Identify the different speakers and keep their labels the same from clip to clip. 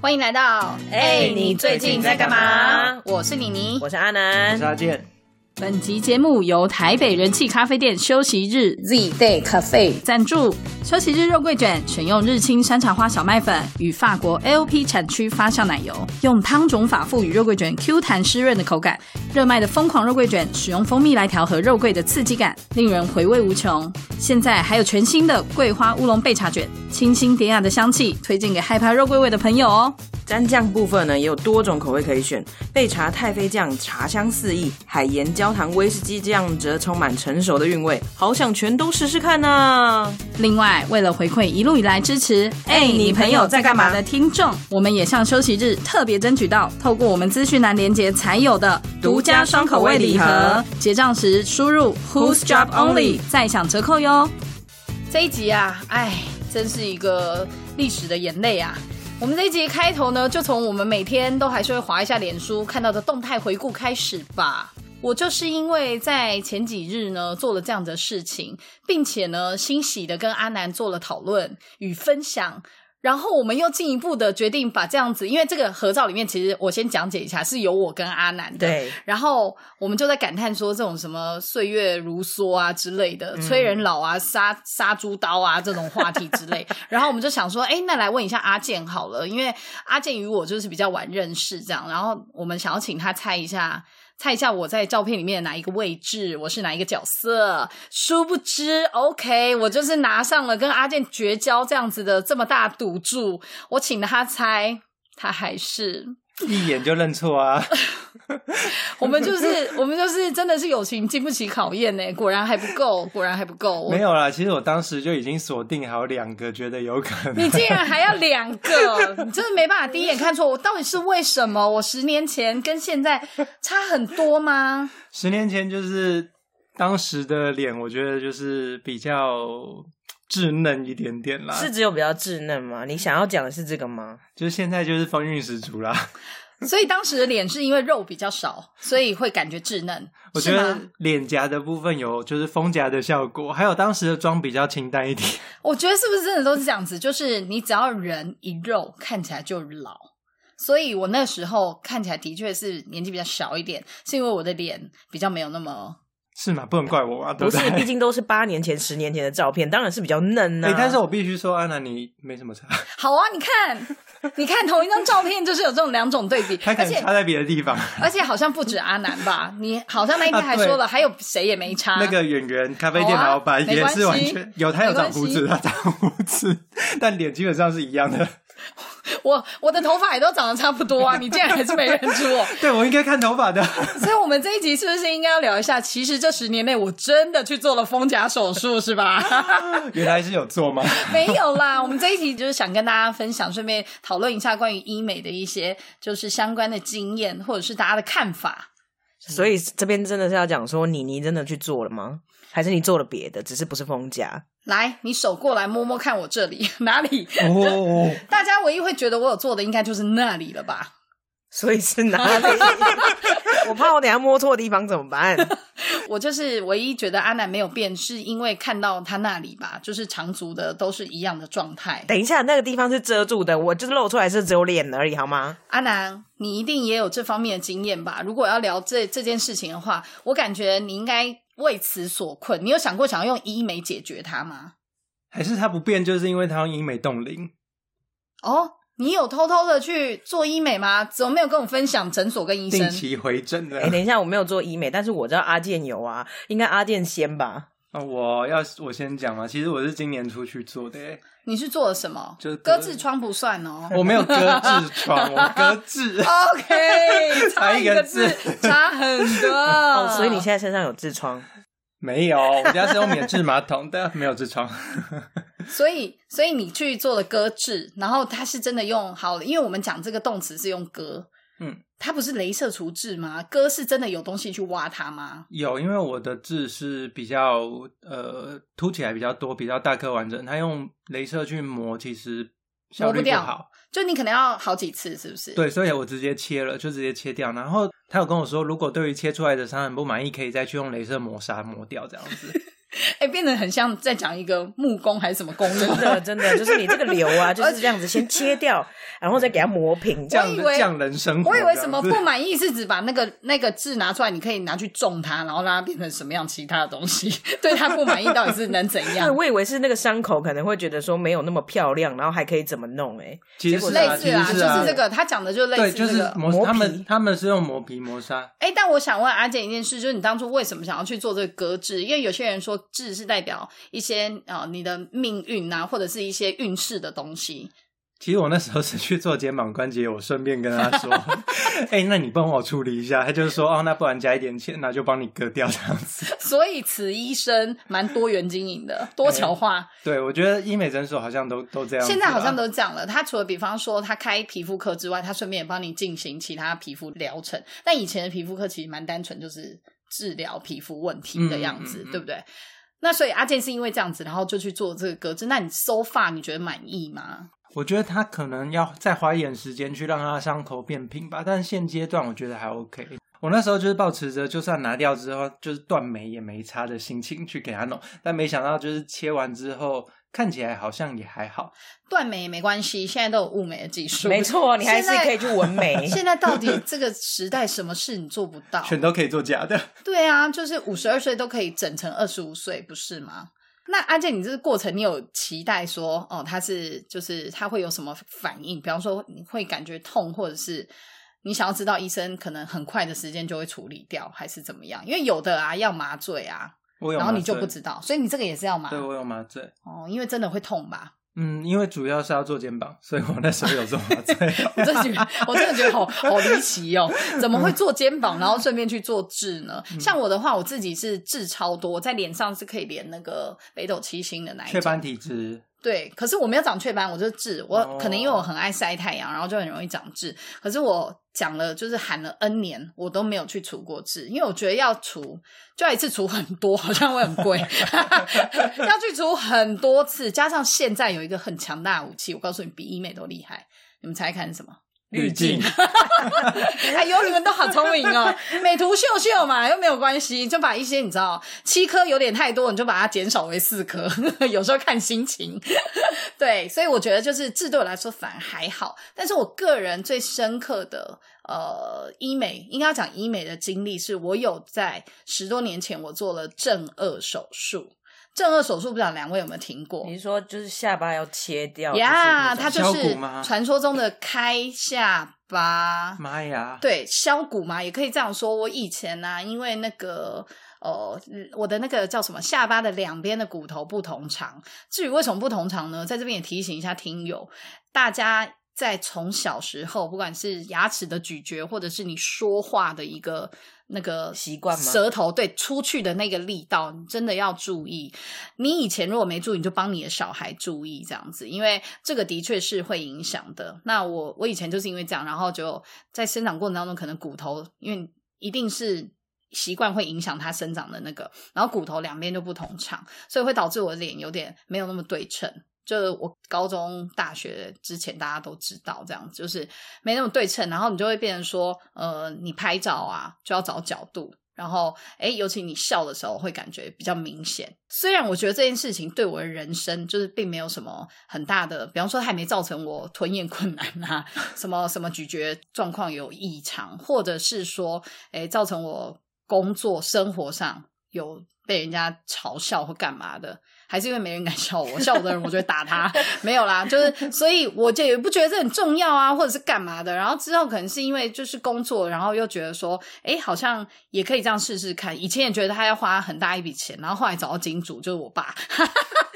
Speaker 1: 欢迎来到
Speaker 2: 哎你最近在干嘛
Speaker 1: 我是妮妮
Speaker 2: 我。是阿
Speaker 3: 我
Speaker 2: 南
Speaker 3: 是，阿健，
Speaker 1: 本集节目由台北人气咖啡店休息日 Z Day Cafe 赞助。休息日肉桂卷选用日清山茶花小麦粉与法国 AOP 产区发酵奶油，用汤种法赋予肉桂卷 Q 弹湿润的口感。热卖的疯狂肉桂卷使用蜂蜜来调和肉桂的刺激感，令人回味无穷。现在还有全新的桂花乌龙焙茶卷，清新典雅的香气，推荐给害怕肉桂味的朋友哦。
Speaker 2: 蘸酱部分呢也有多种口味可以选，焙茶太妃酱茶香四溢，海盐焦糖威士忌酱则充满成熟的韵味，好想全都试试看啊呐、
Speaker 1: 另外，为了回馈一路以来支持“
Speaker 2: 哎你朋友在干嘛
Speaker 1: 的听众，我们也向休息日特别争取到，透过我们资讯栏连接才有的
Speaker 2: 独家双口味礼盒，
Speaker 1: 结账时输入
Speaker 2: Who's Job Only
Speaker 1: 再享折扣哟。这一集啊，哎，真是一个历史的眼泪啊！我们这一集开头呢，就从我们每天都还是会划一下脸书看到的动态回顾开始吧。我就是因为在前几日呢做了这样的事情，并且呢欣喜的跟阿南做了讨论与分享，然后我们又进一步的决定把这样子，因为这个合照里面其实我先讲解一下，是有我跟阿南的，
Speaker 2: 对，
Speaker 1: 然后我们就在感叹说，这种什么岁月如梭啊之类的，催人老啊，杀杀猪刀啊这种话题之类。 然后我们就想说，哎，那来问一下阿健好了，因为阿健与我就是比较晚认识这样，然后我们想要请他猜一下。猜一下我在照片里面的哪一个位置，我是哪一个角色？殊不知，OK，我就是拿上了跟阿健绝交这样子的这么大赌注，我请他猜，他还是
Speaker 3: 一眼就认错啊！
Speaker 1: 我们就是我们就是真的是友情经不起考验呢、果然还不够，果然还不够。我
Speaker 3: 没，有啦，其实我当时就已经锁定好两个，觉得有可
Speaker 2: 嗯
Speaker 3: 能。
Speaker 1: 你竟然还要两个，你真的没办法第一眼看出我到底是为什么？我十年前跟现在差很多 吗？
Speaker 3: 十年前就是当时的脸，我觉得就是比较稚嫩一点点啦，
Speaker 2: 是只有比较稚嫩吗？你想要讲的是这个吗？
Speaker 3: 就是现在就是风韵十足啦。
Speaker 1: 所以当时的脸是因为肉比较少，所以会感觉稚嫩，
Speaker 3: 我觉
Speaker 1: 是吗？
Speaker 3: 得脸颊的部分有就是丰颊的效果，还有当时的妆比较清淡一点。
Speaker 1: 我觉得是不是真的都是这样子？就是你只要人一肉，看起来就老。所以我那时候看起来的确是年纪比较小一点，是因为我的脸比较没有那么
Speaker 3: 是吗？不能怪我啊，对
Speaker 2: 不是，
Speaker 3: 对
Speaker 2: 毕？竟都是八年前、十年前的照片，当然是比较 嫩啊呐、
Speaker 3: 哎、但是我必须说，安娜你没什么差，
Speaker 1: 好啊，你 看，你看同一张照片就是有这种两种对比，
Speaker 3: 她可
Speaker 1: 而
Speaker 3: 能
Speaker 1: 且
Speaker 3: 差在别的地方。
Speaker 1: 而且好像不止阿南吧？你好像那一天还说了，还有谁也没差。
Speaker 3: 啊那个演员咖啡店
Speaker 1: 啊好啊
Speaker 3: 老板
Speaker 1: 没
Speaker 3: 也
Speaker 1: 关系
Speaker 3: 是完全有，他有长胡子，
Speaker 1: 没
Speaker 3: 他长胡子， 但脸基本上是一 样的。
Speaker 1: 我我的头发也都长得差不多啊， 你竟然还是没认出我。
Speaker 3: 对我应该看头 发的，
Speaker 1: 所以，我们这一集是不是应该要聊一下？其实这十年内我真的去做了丰颊手术，是 吧？
Speaker 3: 原来是有做吗？
Speaker 1: 没有啦，我们这一集就是想跟大家分享，顺便讨论一下关于医美的一些就是相关的经验，或者是大家的看法。
Speaker 2: 所以这边真的是要讲说，妮妮真的去做了吗？还是你做了别的，只是不是封夹？
Speaker 1: 来，你手过来摸摸看我这里哪里？
Speaker 3: 哦，
Speaker 1: 大家唯一会觉得我有做的，应该就是那里了吧？
Speaker 2: 所以是 哪里？我怕我等一下摸错地方怎么办？
Speaker 1: 我就是唯一觉得阿南没有变，是因为看到他那里吧，就是长足的都是一样的状态。
Speaker 2: 等一下，那个地方是遮住的，我就是露出来是只有脸而已，好吗？
Speaker 1: 阿南，你一定也有这方面的经验吧？如果要聊这这件事情的话，我感觉你应该为此所困。你有想过想要用医美解决它吗？
Speaker 3: 还是他不变，就是因为他用医美冻龄。
Speaker 1: 哦，你有偷偷的去做医美吗？怎么没有跟我分享诊所跟医
Speaker 3: 定
Speaker 1: 生？
Speaker 3: 期回诊的
Speaker 4: 啊
Speaker 2: 哎、。等一下，我没有做医美，但是我知道阿健有啊，应该阿健先吧？
Speaker 3: 啊，我要我先讲嘛，其实我是今年出去做的耶，
Speaker 1: 你是做了什么？
Speaker 3: 就是割
Speaker 1: 割痔疮不算哦。。
Speaker 3: 我没有割痔疮，我割痔
Speaker 1: OK，差
Speaker 3: 差
Speaker 1: 一
Speaker 3: 一
Speaker 1: 个
Speaker 3: 个
Speaker 1: 字
Speaker 3: 字，
Speaker 1: 差很多。
Speaker 2: 哦，所以你现在身上有痔 疮，
Speaker 3: 没有，我家是用免治马桶的，没有痔疮。
Speaker 1: 所以，所以你去做了割制，然后它是真的用好了，因为我们讲这个动词是用割，
Speaker 3: 嗯，
Speaker 1: 它不是镭射除痣吗？割是真的有东西去挖它吗？
Speaker 3: 有，因为我的痣是比较呃凸起来比较多，比较大颗完整，它用镭射去磨，其实效
Speaker 1: 磨不
Speaker 3: 率
Speaker 1: 掉
Speaker 3: 好。
Speaker 1: 就你可能要好几次，是不是？，
Speaker 3: 对，所以我直接切了，就直接切 掉。然后他有跟我说，如果对于切出来的伤痕不满意，可以再去用镭射磨砂磨掉这样子。
Speaker 1: 哎、变得很像在讲一个木工还是什么工
Speaker 4: 真
Speaker 1: 人。
Speaker 4: 的啊真的就是你这个瘤啊，就是这样子先切掉， 然后再给它磨平，这
Speaker 3: 这
Speaker 4: 样
Speaker 3: 样
Speaker 1: 以
Speaker 3: 子
Speaker 1: 为
Speaker 3: 匠人生活
Speaker 1: 我
Speaker 3: 这
Speaker 1: 以
Speaker 3: 样子。
Speaker 1: 为什么不满意是指把那个那个字拿出来，你可以拿去种它，然后让它变成什么样其他的东西。 对它不满意到底是能怎
Speaker 4: 哎，
Speaker 1: 样？
Speaker 4: 我以为是那个伤口可能会觉得说没有那么漂亮，然后还可以怎么弄、哎，
Speaker 3: 其实是
Speaker 1: 类
Speaker 3: 啊
Speaker 1: 似
Speaker 3: 其实
Speaker 1: 啦，
Speaker 3: 是
Speaker 1: 就
Speaker 3: 啊
Speaker 1: 是这个，他讲的就类
Speaker 3: 对，
Speaker 1: 似
Speaker 3: 就
Speaker 1: 这
Speaker 3: 是
Speaker 1: 个。
Speaker 3: 磨
Speaker 4: 磨
Speaker 3: 他
Speaker 4: 皮
Speaker 3: 们他们是用磨皮磨砂，
Speaker 1: 哎、但我想问阿姐一件事，就是你当初为什么想要去做这个格致？因为有些人说致是代表一些啊、呃你的命运啊，或者是一些运势的东西。
Speaker 3: 其实我那时候是去做肩膀关节，我顺便跟他 说：“哎、那你帮我处理一下。”他就是说：“哦，那不然加一点钱，那就帮你割掉这样子。
Speaker 1: 所以此医生蛮多元经营的，多巧化。
Speaker 3: 对”我觉得医美诊所好像都都这样子啊，
Speaker 1: 现在好像都这样了。他除了比方说他开皮肤科之外，他顺便也帮你进行其他皮肤疗程。但以前的皮肤科其实蛮单纯，就是治疗皮肤问题的样子，
Speaker 3: 嗯嗯嗯嗯
Speaker 1: 对不对？那所以阿健是因为这样子，然后就去做这个格致。那你收发你觉得满意吗？
Speaker 3: 我觉得他可能要再花一点时间去让他伤口变平吧，但现阶段我觉得还 OK。我那时候就是抱持着就算拿掉之后就是断眉也没差的心情去给他弄，但没想到就是切完之后看起来好像也还好。
Speaker 1: 断眉也没关系，现在都有雾眉的技术。
Speaker 4: 没错，你还是可以去纹 眉。
Speaker 1: 现在到底这个时代什么事你做不到？
Speaker 3: 全都可以做假的，
Speaker 1: 对啊，就是五十二岁都可以整成二十五岁，不是吗？那阿健，你这个过程你有期待说哦，他是就是他会有什么反应？比方说你会感觉痛，或者是你想要知道医生可能很快的时间就会处理掉，还是怎么样？因为有的啊要麻醉啊，
Speaker 3: 我有麻醉，
Speaker 1: 然后你就不知道，所以你这个也是要麻
Speaker 3: 对我有麻醉，
Speaker 1: 哦，因为真的会痛吧？
Speaker 3: 嗯，因为主要是要做肩膀，所以我那时候有做麻醉。
Speaker 1: 我真的觉得，我真的觉得好好离奇哦！怎么会做肩膀，然后顺便去做痣呢？像我的话，我自己是痣超多，在脸上是可以连那个北斗七星的那一
Speaker 3: 雀
Speaker 1: 种。
Speaker 3: 斑体质，
Speaker 1: 对，可是我没有长雀斑，我就是痣。我、
Speaker 3: 哦
Speaker 1: 可能因为我很爱晒太阳，然后就很容易长痣。可是我讲了，就是喊了 N 年，我都没有去除过痣，因为我觉得要除，就要一次除很多，好像会很 贵，要去除很多次。加上现在有一个很强大的武器，我告诉你，比医美都厉害。你们猜看是什么？
Speaker 4: 滤镜
Speaker 1: 哎呦，你们都好聪明哦！美图秀秀嘛，又没有关系，就把一些你知道七颗有点太多，你就把它减少为四颗。 有时候看心情， 对，所以我觉得就是制对我来说反而还好，但是我个人最深刻的呃医美，应该要讲医美的经历，是我有在十多年前我做了正颚手术。正颚手术不知道两位有没有听过？
Speaker 4: 你是说就是下巴要切掉？
Speaker 1: 呀，
Speaker 4: 就是
Speaker 1: 它就
Speaker 3: 削
Speaker 1: 是
Speaker 3: 骨吗
Speaker 1: 传说中的开下巴。
Speaker 3: 妈呀！
Speaker 1: 对，削骨嘛，也可以这样说。我以前呢、因为那个呃，我的那个叫什么下巴的两边的骨头不同长。至于为什么不同长呢？在这边也提醒一下听友，大家。在从小时候，不管是牙齿的咀嚼，或者是你说话的一个那个
Speaker 4: 习惯吗
Speaker 1: 舌头对出去的那个力道，你真的要注意。你以前如果没注意，你就帮你的小孩注意这样子，因为这个的确是会影响的。那我我以前就是因为这样，然后就在生长过程当中，可能骨头因为一定是习惯会影响它生长的那个，然后骨头两边就不同长，所以会导致我的脸有点没有那么对称。就是我高中、大学之前，大家都知道这样子，就是没那么对称，然后你就会变成说，呃，你拍照啊就要找角度，然后诶，尤其你笑的时候会感觉比较明显。虽然我觉得这件事情对我的人生就是并没有什么很大的，比方说它还没造成我吞咽困难啊，什么什么咀嚼状况有异常，或者是说，诶，造成我工作生活上有被人家嘲笑或干嘛的，还是因为没人敢笑我，笑我的人我就会打他， 没有啦，就是所以我就也不觉得这很重要啊，或者是干嘛的。然后之后可能是因为就是工作，然后又觉得说，诶，好像也可以这样试试看。以前也觉得他要花很大一笔钱，然后后来找到金主就是我爸。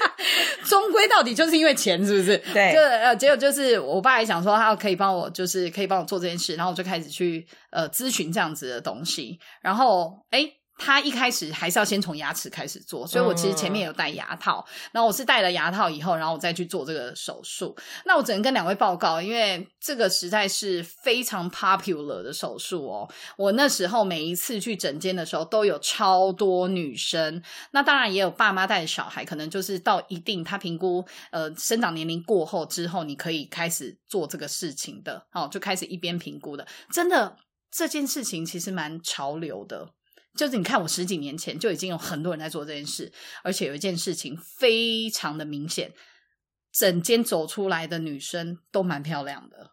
Speaker 1: 终归到底就是因为钱，是不是？
Speaker 4: 对
Speaker 1: 就呃，结果就是我爸也想说，他可以帮我，就是可以帮我做这件事，然后我就开始去呃咨询这样子的东西。然后，诶，他一开始还是要先从牙齿开始做，所以我其实前面有戴牙套，然后我是戴了牙套以后，然后我再去做这个手术。那我只能跟两位报告，因为这个实在是非常 popular 的手术哦。我那时候每一次去诊间的时候，都有超多女生。那当然也有爸妈带着小孩，可能就是到一定他评估呃生长年龄过后之后，你可以开始做这个事情的哦，就开始一边评估的。真的这件事情其实蛮潮流的，就是你看，我十几年前就已经有很多人在做这件事，而且有一件事情非常的明显，整间走出来的女生都蛮漂亮的。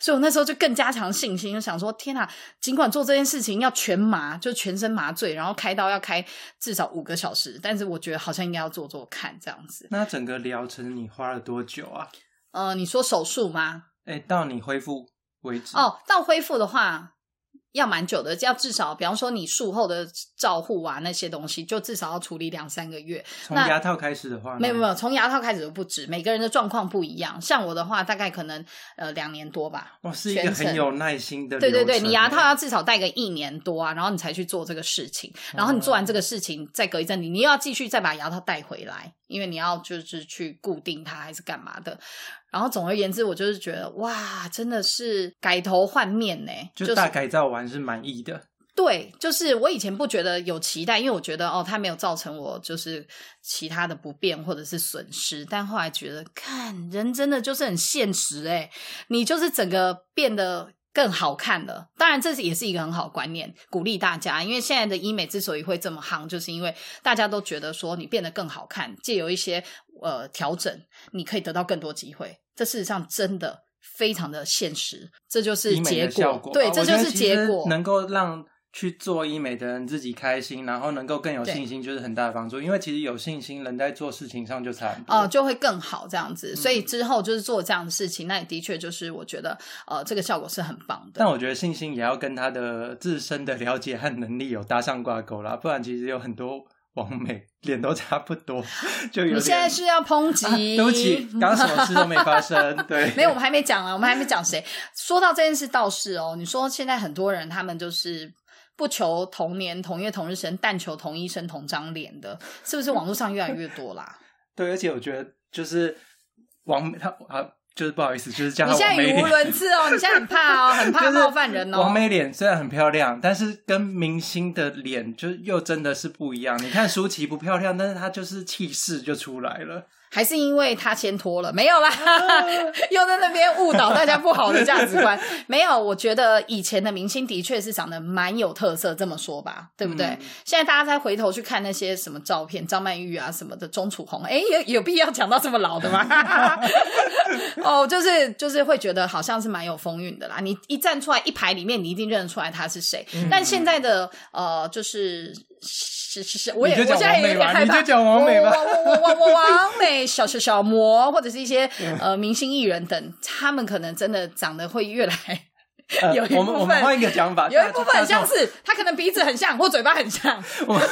Speaker 1: 所以我那时候就更加强信心，就想说：天啊，尽管做这件事情要全麻，就全身麻醉，然后开刀要开至少五个小时，但是我觉得好像应该要做做看这样子。
Speaker 3: 那整个疗程你花了多久啊？
Speaker 1: 呃，你说手术吗？
Speaker 3: 哎，到你恢复为止。
Speaker 1: 哦，到恢复的话要蛮久的，要至少，比方说你术后的照护啊那些东西，就至少要处理两三个月。
Speaker 3: 从
Speaker 1: 那
Speaker 3: 牙套开始的话呢，
Speaker 1: 没有没有，从牙套开始就不止，每个人的状况不一样。像我的话，大概可能呃两年多吧。
Speaker 3: 哇，是一个
Speaker 1: 全
Speaker 3: 很
Speaker 1: 程
Speaker 3: 有耐心的。啊
Speaker 1: 对对对，你牙套。要至少戴个一年多啊，然后你才去做这个事情，然后你做完这个事情，再隔一阵，你你又要继续再把牙套带回来，因为你要就是去固定它还是干嘛的。然后总而言之，我就是觉得哇，真的是改头换面呢、
Speaker 3: 就大改造完是满意的，
Speaker 1: 对，就是我以前不觉得有期待，因为我觉得哦，它没有造成我就是其他的不便或者是损失。但后来觉得，看人真的就是很现实诶、你就是整个变得更好看了。当然，这是也是一个很好的观念，鼓励大家。因为现在的医美之所以会这么夯，就是因为大家都觉得说你变得更好看，借由一些呃调整，你可以得到更多机会。这事实上真的。非常的现实，这就是
Speaker 3: 医美
Speaker 1: 结
Speaker 3: 的效果吧。啊
Speaker 1: 对，
Speaker 3: 我
Speaker 1: 这
Speaker 3: 觉
Speaker 1: 就
Speaker 3: 得
Speaker 1: 是
Speaker 3: 其
Speaker 1: 结
Speaker 3: 实
Speaker 1: 果。
Speaker 3: 能够让去做医美的人自己开心，然后能够更有
Speaker 1: 对
Speaker 3: 信心，就是很大的帮助。因为其实有信心，人在做事情上就差很多。
Speaker 1: 哦、就会更好这样
Speaker 3: 嗯
Speaker 1: 子。所以之后就是做这样的事情，那也的确就是我觉得呃，这个效果是很棒的。
Speaker 3: 但我觉得信心也要跟他的自身的了解和能力有搭上挂钩啦，不然其实有很多网美脸都差不多，就有点
Speaker 1: 你现在是要抨
Speaker 3: 啊
Speaker 1: 击？嗯
Speaker 3: 对不起，刚刚什么事都没发生，对，
Speaker 1: 没有，我们还没讲啊，我们还没讲谁。说到这件事倒是哦，你说现在很多人他们就是。不求同年同月同日生，但求同一生同张脸的，是不是网络上越来越多 啦？
Speaker 3: 对，而且我觉得就是王美他啊，就是不好意思，就是叫
Speaker 1: 你
Speaker 3: 他
Speaker 1: 现在
Speaker 3: 王美
Speaker 1: 语无
Speaker 3: 脸。
Speaker 1: 伦次 哦，你现在很怕哦，很怕
Speaker 3: 就是
Speaker 1: 冒犯人哦。
Speaker 3: 王美脸虽然很漂亮，但是跟明星的脸就又真的是不一样。你看舒淇不漂亮，但是她就是气势就出来了。
Speaker 1: 还是因为他先脱了，没有啦， 又在那边误导大家不好的价值观。没有，我觉得以前的明星的确是长得蛮有特色，这么说吧，对不对？
Speaker 3: 嗯
Speaker 1: 现在大家再回头去看那些什么照片，张曼玉啊什么的，钟楚红，哎，有有必要讲到这么老的吗？ 哦，就是就是会觉得好像是蛮有风韵的啦。你一站出来一排里面，你一定认得出来他是谁。
Speaker 3: 嗯
Speaker 1: 但现在的呃，就是是是是，我也
Speaker 3: 你
Speaker 1: 我
Speaker 3: 就讲
Speaker 1: 现在
Speaker 3: 王
Speaker 1: 有
Speaker 3: 美
Speaker 1: 点
Speaker 3: 吧，
Speaker 1: 害
Speaker 3: 你
Speaker 1: 怕
Speaker 3: 就。讲王美吧。
Speaker 1: 我我我我 我王美小小小模，或者是一些呃明星艺人等，他们可能真的长得会越来
Speaker 3: 呃
Speaker 1: 有一
Speaker 3: 我们我
Speaker 1: 部分
Speaker 3: 们换一个讲法，
Speaker 1: 有
Speaker 3: 大
Speaker 1: 一部分很像
Speaker 3: 大众
Speaker 1: 是他可能鼻子很像或嘴巴很像，
Speaker 3: 我们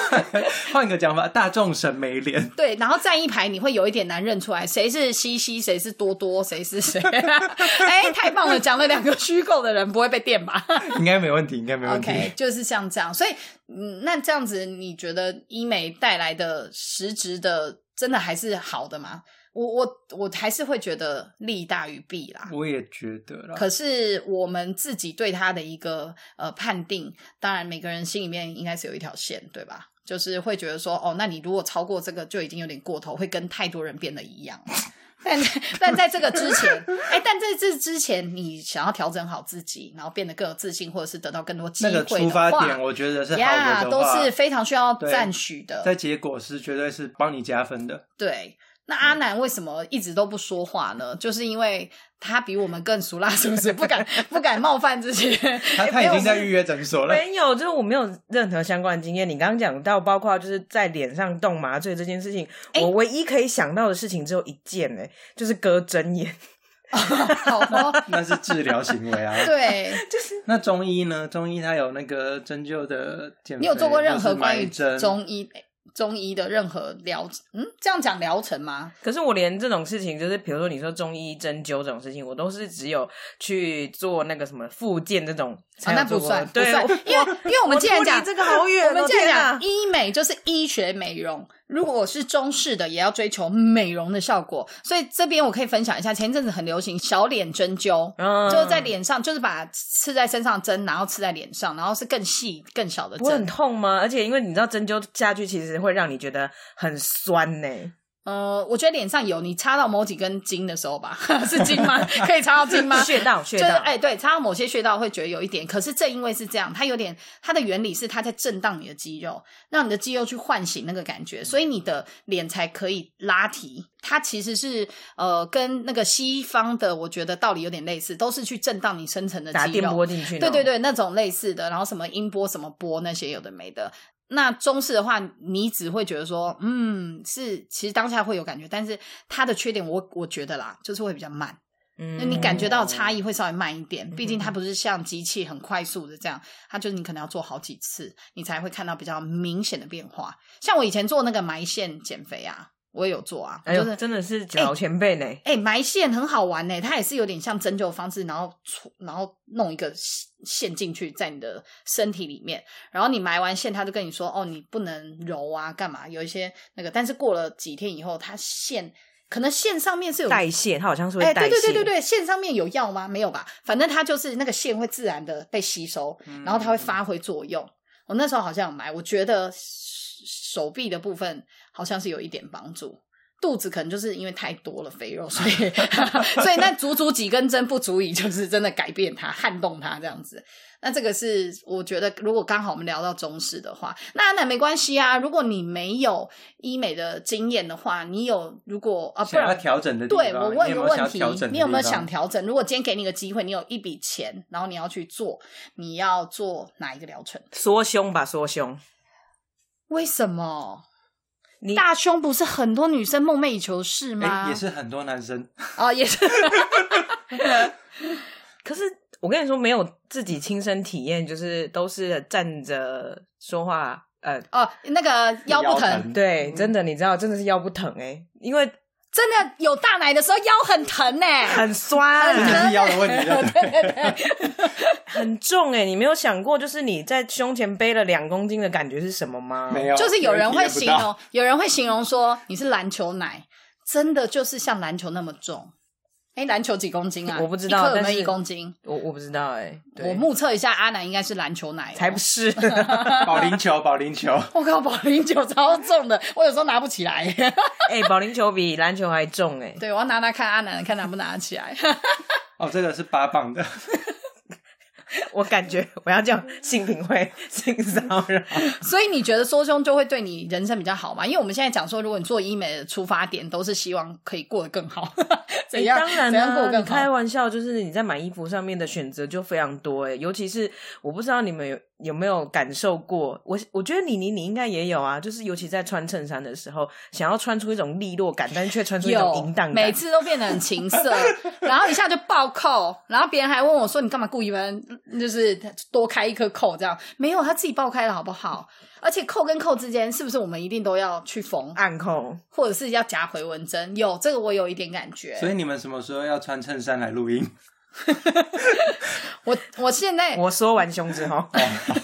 Speaker 3: 换一个讲法，大众审美脸。
Speaker 1: 对，然后站一排你会有一点难认出来，谁是西西，谁是多多，谁是谁？ 哎，太棒了，讲了两个虚构的人不会被电吧
Speaker 3: 应该没问题，应该没问题。
Speaker 1: ？OK，就是像这样，所以嗯，那这样子你觉得医美带来的实质的真的还是好的吗？我我我还是会觉得利大于弊啦。
Speaker 3: 我也觉得啦，
Speaker 1: 可是我们自己对他的一个呃判定，当然每个人心里面应该是有一条线，对吧？就是会觉得说，哦，那你如果超过这个，就已经有点过头，会跟太多人变得一样。但但在这个之前，哎、但在这之前，你想要调整好自己，然后变得更有自信，或者是得到更多机
Speaker 3: 那
Speaker 1: 会
Speaker 3: 个
Speaker 1: 的话，
Speaker 3: 出发点，我觉得是好
Speaker 1: 呀
Speaker 3: 的的
Speaker 1: 都
Speaker 3: 话，
Speaker 1: 是非常需要
Speaker 3: 对
Speaker 1: 赞许的。
Speaker 3: 在结果是绝对是帮你加分的。
Speaker 1: 对，那阿南为什么一直都不说话呢？就是因为他比我们更熟啦，是不是？不敢不敢冒犯这些。
Speaker 3: 他他已经在预约诊所了，
Speaker 4: 没有，就是我没有任何相关的经验。你刚刚讲到，包括就是在脸上动麻醉这件事情，
Speaker 1: 哎
Speaker 4: 我唯一可以想到的事情只有一件、欸，就是割针眼。
Speaker 1: 好 哦，
Speaker 3: 那是治疗行为啊。
Speaker 1: 对，
Speaker 3: 那中医呢？中医它有那个针灸的减肥，
Speaker 1: 你有做过任何关于
Speaker 3: 或是埋针
Speaker 1: 中医中医的任何疗嗯，这样讲疗程吗？
Speaker 4: 可是我连这种事情，就是比如说你说中医针灸这种事情，我都是只有去做那个什么复健这种
Speaker 1: 啊，
Speaker 4: 才
Speaker 1: 那
Speaker 4: 有
Speaker 1: 不
Speaker 4: 做过。
Speaker 1: 算，不
Speaker 4: 对，
Speaker 1: 算，因为因为我们既然
Speaker 4: 我脱离
Speaker 1: 讲
Speaker 4: 这个好远哦
Speaker 1: 我们既然
Speaker 4: 天哪
Speaker 1: 讲医美就是医学美容，如果是中式的，也要追求美容的效果。所以这边我可以分享一下，前一阵子很流行小脸针灸，
Speaker 4: 嗯
Speaker 1: 就是在脸上，就是把刺在身上的针，然后刺在脸上，然后是更细更小的
Speaker 4: 不会
Speaker 1: 针。
Speaker 4: 很痛吗？而且因为你知道针灸下去，其实会让你觉得很酸呢、欸
Speaker 1: 呃，我觉得脸上有你擦到某几根筋的时候吧， 是筋吗？可以擦到筋 吗？
Speaker 4: 穴道，穴
Speaker 1: 就是
Speaker 4: 道，
Speaker 1: 哎、对，擦到某些穴道会觉得有一点，可是正因为是这样，它有点它的原理是它在震荡你的肌肉，让你的肌肉去唤醒那个感觉，所以你的脸才可以拉提。它其实是呃跟那个西方的，我觉得道理有点类似，都是去震荡你深层的
Speaker 4: 打
Speaker 1: 肌
Speaker 4: 电
Speaker 1: 肉。
Speaker 4: 波进去，
Speaker 1: 对对，对，那种类似的，然后什么音波、什么波那些有的没的。那中式的话，你只会觉得说，嗯，是其实当下会有感觉，但是它的缺点我，我觉得啦，就是会比较慢，那
Speaker 4: 嗯
Speaker 1: 你感觉到差
Speaker 4: 异，
Speaker 1: 异会稍微慢一点，毕竟它
Speaker 4: 嗯
Speaker 1: 不是像机器很快速的这样，它就是你可能要做好几次，你才会看到比较明显的变化。像我以前做那个埋线减肥啊，我也有做啊，
Speaker 4: 哎
Speaker 1: 就
Speaker 4: 呦，
Speaker 1: 是
Speaker 4: 真的是老前辈呢，
Speaker 1: 哎、埋线很好玩呢、欸它也是有点像针灸方式，然后戳然后弄一个线进去在你的身体里面，然后你埋完线，他就跟你说哦，你不能揉啊，干嘛？有一些那个，但是过了几天以后，它线可能线上面是有
Speaker 4: 代谢，它好像是
Speaker 1: 哎，
Speaker 4: 会代
Speaker 1: 对
Speaker 4: 谢，
Speaker 1: 对对对对，线上面有药吗？没有吧，反正它就是那个线会自然的被吸收，然后它会发挥作用。我那时候好像有买，我觉得手臂的部分好像是有一点帮助。肚子可能就是因为太多了肥肉，所以 所以那足足几根针不足以就是真的改变它、撼动它这样子。那这个是我觉得，如果刚好我们聊到中式的话，那那没关系啊。如果你没有医美的经验的话，你有如果啊，不
Speaker 3: 想
Speaker 1: 然
Speaker 3: 要调整的地方，
Speaker 1: 对我
Speaker 3: 你
Speaker 1: 问个
Speaker 3: 有没有
Speaker 1: 问
Speaker 3: 想
Speaker 1: 题
Speaker 3: 调整的地，方
Speaker 1: 你有没有想调整？如果今天给你个机会，你有一笔钱，然后你要去做，你要做哪一个疗程？
Speaker 4: 缩胸吧，缩胸，
Speaker 1: 为什么
Speaker 4: 你
Speaker 1: 大胸不是很多女生梦寐以求的事吗？
Speaker 3: 哎，也是很多 男生
Speaker 1: 哦，也是
Speaker 4: 可是我跟你说，没有自己亲身体验，就是都是站着说话，呃，
Speaker 1: 哦，那 个腰不疼，
Speaker 3: 疼，
Speaker 4: 对，真的，你知道，真的是腰不疼哎、嗯因为
Speaker 1: 真的有大奶的时候腰很疼 呢、
Speaker 4: 很酸，
Speaker 3: 这 就是腰的问 题，对不对？
Speaker 4: 很重哎、你没有想过，就是你在胸前背了两公斤的感觉是什么吗？
Speaker 3: 没有，
Speaker 1: 就是有人会
Speaker 3: 体
Speaker 1: 形
Speaker 3: 验不到
Speaker 1: 容，有人会形容说你是篮球奶，真的就是像篮球那么重。哎，篮球几公斤啊？
Speaker 4: 我不知道
Speaker 1: 一克有
Speaker 4: 但
Speaker 1: 没有
Speaker 4: 是
Speaker 1: 一公斤？
Speaker 4: 我我不知道哎、对
Speaker 1: 我目测一下，阿南应该是篮球奶哦，
Speaker 4: 才不 是，
Speaker 3: 保龄球，保龄球，
Speaker 1: 我靠，保龄球超重的， 我有时候拿不起来。
Speaker 4: 哎、保龄球比篮球还重哎、
Speaker 1: 对，我要拿拿看阿南，看拿不拿得起来。
Speaker 3: 哦，这个是八磅的，
Speaker 4: 我感觉我要叫性平会性骚扰，
Speaker 1: 所以你觉得缩胸就会对你人生比较好吗？因为我们现在讲说，如果你做医美的出发点都是希望可以过得更好， 怎样、
Speaker 4: 欸当然
Speaker 1: 怎样过
Speaker 4: 啦、
Speaker 1: 得更
Speaker 4: 你开
Speaker 1: 好？
Speaker 4: 玩笑，就是你在买衣服上面的选择就非常多哎、尤其是我不知道你们有有没有感受过，我我觉得你你你应该也有啊，就是尤其在穿衬衫的时候，想要穿出一种利落感，但是却穿出一种
Speaker 1: 有
Speaker 4: 淫荡，感，
Speaker 1: 每次都变得很情 色，然后一下就爆扣，然后别人还问我说：“你干嘛故意把它就是多开一颗扣？”这样没有，他自己爆开了，好不好？而且扣跟扣之间，是不是我们一定都要去缝，
Speaker 4: 暗扣。
Speaker 1: 或者是要夹回纹针？有这个，我有一点感觉。
Speaker 3: 所以你们什么时候要穿衬衫来录音？
Speaker 1: 我我现在
Speaker 4: 我缩完胸之后，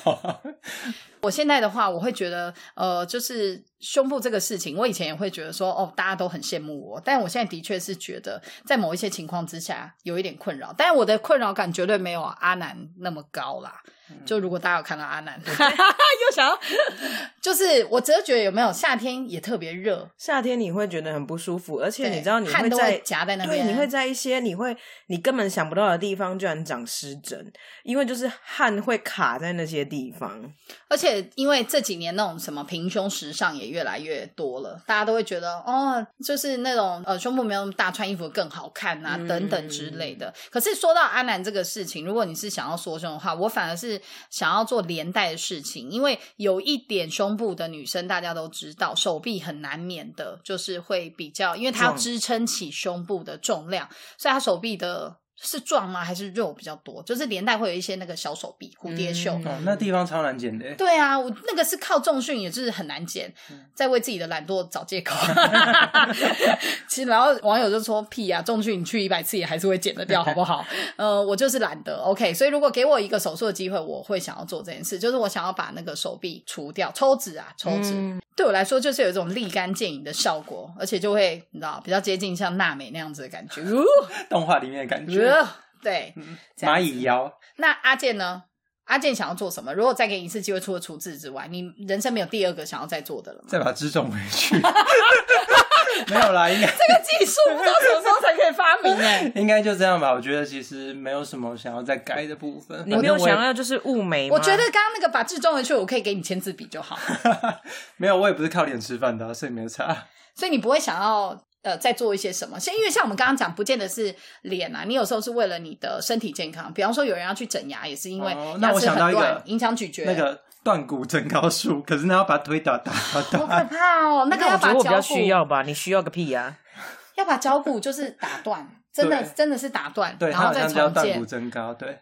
Speaker 3: 哦
Speaker 1: 我现在的话，我会觉得，呃，就是胸部这个事情，我以前也会觉得说，哦，大家都很羡慕我，但我现在的确是觉得，在某一些情况之下，有一点困扰，但我的困扰感绝对没有阿南那么高啦。
Speaker 3: 嗯
Speaker 1: 就如果大家有看到阿南， 又想要， 就是我只是觉得有没有夏天也特别热，
Speaker 4: 夏天你会觉得很不舒服，而且
Speaker 1: 对
Speaker 4: 你知道你
Speaker 1: 汗
Speaker 4: 会
Speaker 1: 都
Speaker 4: 在
Speaker 1: 会夹在那
Speaker 4: 对，
Speaker 1: 边，
Speaker 4: 你会在一些你会你根本想不到的地方，居然长湿疹，因为就是汗会卡在那些地方。
Speaker 1: 而且因为这几年那种什么平胸时尚也越来越多了，大家都会觉得哦，就是那种呃胸部没有那么大，穿衣服更好看啊、
Speaker 4: 嗯
Speaker 1: 等等之类的。可是说到阿南这个事情，如果你是想要缩胸的话，我反而是想要做连带的事情，因为有一点胸部的女生大家都知道，手臂很难免的就是会比较，因为它要
Speaker 4: 重
Speaker 1: 支撑起胸部的重量，所以她手臂的。是壮吗？还是肉比较多？就是连带会有一些那个小手臂、蝴蝶袖，
Speaker 4: 嗯
Speaker 3: 哦，那地方超难剪的，
Speaker 1: 对啊，我那个是靠重训，也就是很难减，在为自己的懒惰找借口。 其实，然后网友就说：“屁啊，重训你去一百次也还是会减得掉，好不好？”呃，我就是懒得。OK，所以如果给我一个手术的机会，我会想要做这件事，就是我想要把那个手臂除掉，抽脂啊，抽脂。
Speaker 4: 嗯
Speaker 1: 对我来说，就是有一种立竿见影的效果，而且就会你知道比较接近像娜美那样子的感觉。呃
Speaker 3: 动画里面的感觉，
Speaker 1: 呃对，这样
Speaker 3: 蚂
Speaker 1: 子
Speaker 3: 蚁腰，
Speaker 1: 那阿健呢？阿健想要做什么？如果再给你一次机会，除了除痣之外，你人生没有第二个想要再做的了吗？
Speaker 3: 再把脂种回去， 没有啦，应该
Speaker 4: 这个技术不 知 道什么时候才可以发明哎、
Speaker 3: 应该就这样吧。我觉得其实没有什么想要再改的部分。
Speaker 4: 你没有
Speaker 3: 反正我也
Speaker 4: 想要就是雾眉吗？
Speaker 1: 我觉得刚刚那个把字装回去，我可以给你签字笔就好，
Speaker 3: 没有，我也不是靠脸吃饭的啊、所以没有差。
Speaker 1: 所以你不会想要呃再做一些什么。像因为像我们刚刚讲，不见得是脸啊，你有时候是为了你的身体健康，比方说有人要去整牙，也是因为
Speaker 3: 哦那
Speaker 1: 牙
Speaker 3: 我
Speaker 1: 齿
Speaker 3: 想到
Speaker 1: 很
Speaker 3: 一个
Speaker 1: 乱，影响咀嚼，
Speaker 3: 那个断骨增高术，可是那要把腿打打打
Speaker 1: 好
Speaker 3: 打
Speaker 1: 可。怕哦。那个要
Speaker 4: 我觉
Speaker 1: 把
Speaker 4: 得我比较
Speaker 1: 胶
Speaker 4: 需
Speaker 1: 骨，
Speaker 4: 要吧，你需要个屁呀、
Speaker 1: 要把胶骨就是打断，真的
Speaker 3: 对
Speaker 1: 真的是打断，
Speaker 3: 对，
Speaker 1: 然
Speaker 3: 它
Speaker 1: 后
Speaker 3: 好
Speaker 1: 再
Speaker 3: 像叫
Speaker 1: 重
Speaker 3: 断骨
Speaker 1: 建。
Speaker 3: 增高，对，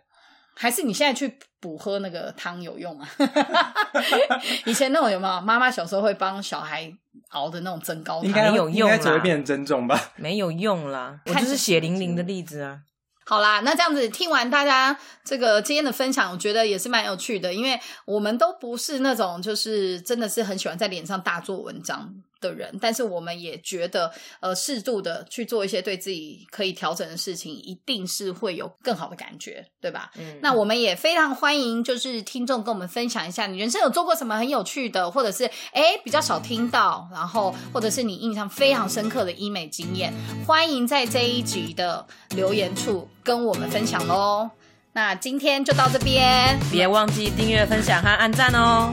Speaker 1: 还是你现在去补喝那个汤有用啊？ 以前那种有没有？妈妈小时候会帮小孩熬的那种增高
Speaker 3: 应
Speaker 1: 汤。
Speaker 3: 该
Speaker 4: 有
Speaker 3: 应
Speaker 4: 用
Speaker 3: 该只会
Speaker 4: 啦
Speaker 3: 变成增重吧。
Speaker 4: 没有用啦。我
Speaker 1: 看
Speaker 4: 就是
Speaker 1: 着
Speaker 4: 血淋淋的例子啊。
Speaker 1: 好啦，那这样子听完大家这个今天的分享，我觉得也是蛮有趣的，因为我们都不是那种就是真的是很喜欢在脸上大做文章的人，但是我们也觉得呃适度的去做一些对自己可以调整的事情，一定是会有更好的感觉，对吧？
Speaker 4: 嗯，
Speaker 1: 那我们也非常欢迎，就是听众跟我们分享一下你人生有做过什么很有趣的，或者是诶比较少听到，然后或者是你印象非常深刻的医美经验，欢迎在这一集的留言处跟我们分享喽。那今天就到这边，
Speaker 4: 别忘记订阅、分享和按赞哦。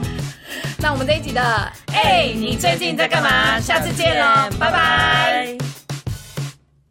Speaker 1: 那我们这一集的诶，你最近在干嘛？下次见喽，拜拜。